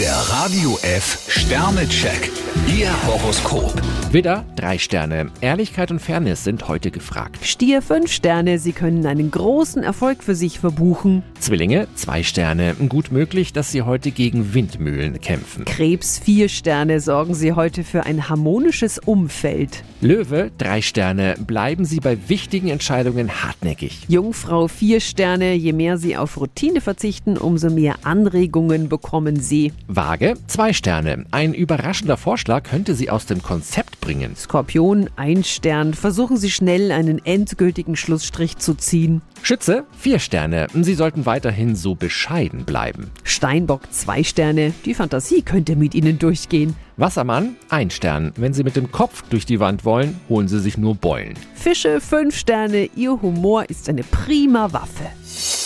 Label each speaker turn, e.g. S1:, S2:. S1: Der Radio F Sternecheck. Ihr Horoskop.
S2: Widder, drei Sterne. Ehrlichkeit und Fairness sind heute gefragt.
S3: Stier 5 Sterne, Sie können einen großen Erfolg für sich verbuchen.
S2: Zwillinge, zwei Sterne. Gut möglich, dass Sie heute gegen Windmühlen kämpfen.
S3: Krebs 4 Sterne, sorgen Sie heute für ein harmonisches Umfeld.
S2: Löwe, drei Sterne. Bleiben Sie bei wichtigen Entscheidungen hartnäckig.
S3: Jungfrau 4 Sterne, je mehr Sie auf Routine verzichten, umso mehr Anregungen bekommen Sie.
S2: Waage, zwei Sterne. Ein überraschender Vorschlag könnte Sie aus dem Konzept bringen.
S3: Skorpion 1 Stern, versuchen Sie schnell einen endgültigen Schlussstrich zu ziehen.
S2: Schütze, vier Sterne. Sie sollten weiterhin so bescheiden bleiben.
S3: Steinbock 2 Sterne, die Fantasie könnte mit Ihnen durchgehen.
S2: Wassermann, ein Stern. Wenn Sie mit dem Kopf durch die Wand wollen, holen Sie sich nur Beulen.
S3: Fische 5 Sterne, Ihr Humor ist eine prima Waffe.